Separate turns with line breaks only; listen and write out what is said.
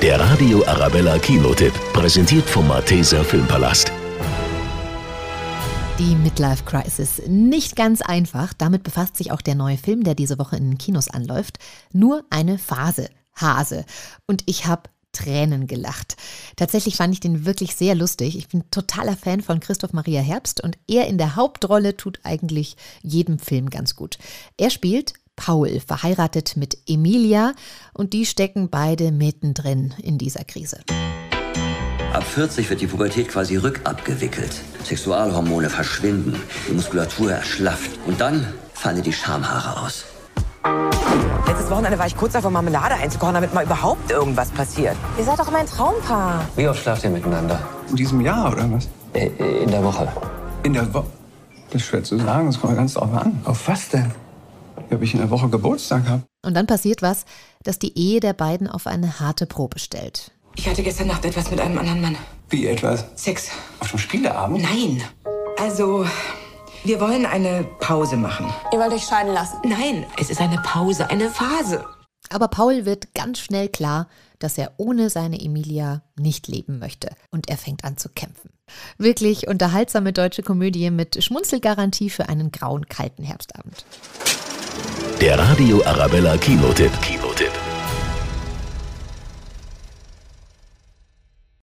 Der Radio Arabella Kinotipp, präsentiert vom Malteser Filmpalast.
Die Midlife Crisis. Nicht ganz einfach. Damit befasst sich auch der neue Film, der diese Woche in Kinos anläuft. Nur eine Phase. Hase. Und ich habe Tränen gelacht. Tatsächlich fand ich den wirklich sehr lustig. Ich bin totaler Fan von Christoph Maria Herbst und er in der Hauptrolle tut eigentlich jedem Film ganz gut. Er spielt Paul, verheiratet mit Emilia und die stecken beide mittendrin in dieser Krise.
Ab 40 wird die Pubertät quasi rückabgewickelt. Sexualhormone verschwinden, die Muskulatur erschlafft und dann fallen die Schamhaare aus.
Letztes Wochenende war ich kurz davor, Marmelade einzukochen, damit mal überhaupt irgendwas passiert.
Ihr seid doch mein Traumpaar.
Wie oft schlaft ihr miteinander?
In diesem Jahr oder was?
Äh, In der Woche.
In der Woche. Das ist schwer zu sagen, das kommt ganz drauf an. Auf was denn? Ja, ob ich in der Woche Geburtstag habe.
Und dann passiert was, das die Ehe der beiden auf eine harte Probe stellt.
Ich hatte gestern Nacht etwas mit einem anderen Mann.
Wie etwas?
Sex.
Auf dem Spieleabend?
Nein. Also, wir wollen eine Pause machen.
Ihr wollt euch scheiden lassen.
Nein, es ist eine Pause, eine Phase.
Aber Paul wird ganz schnell klar, dass er ohne seine Emilia nicht leben möchte. Und er fängt an zu kämpfen. Wirklich unterhaltsame deutsche Komödie mit Schmunzelgarantie für einen grauen, kalten Herbstabend.
Der Radio Arabella Kinotipp, Kinotipp.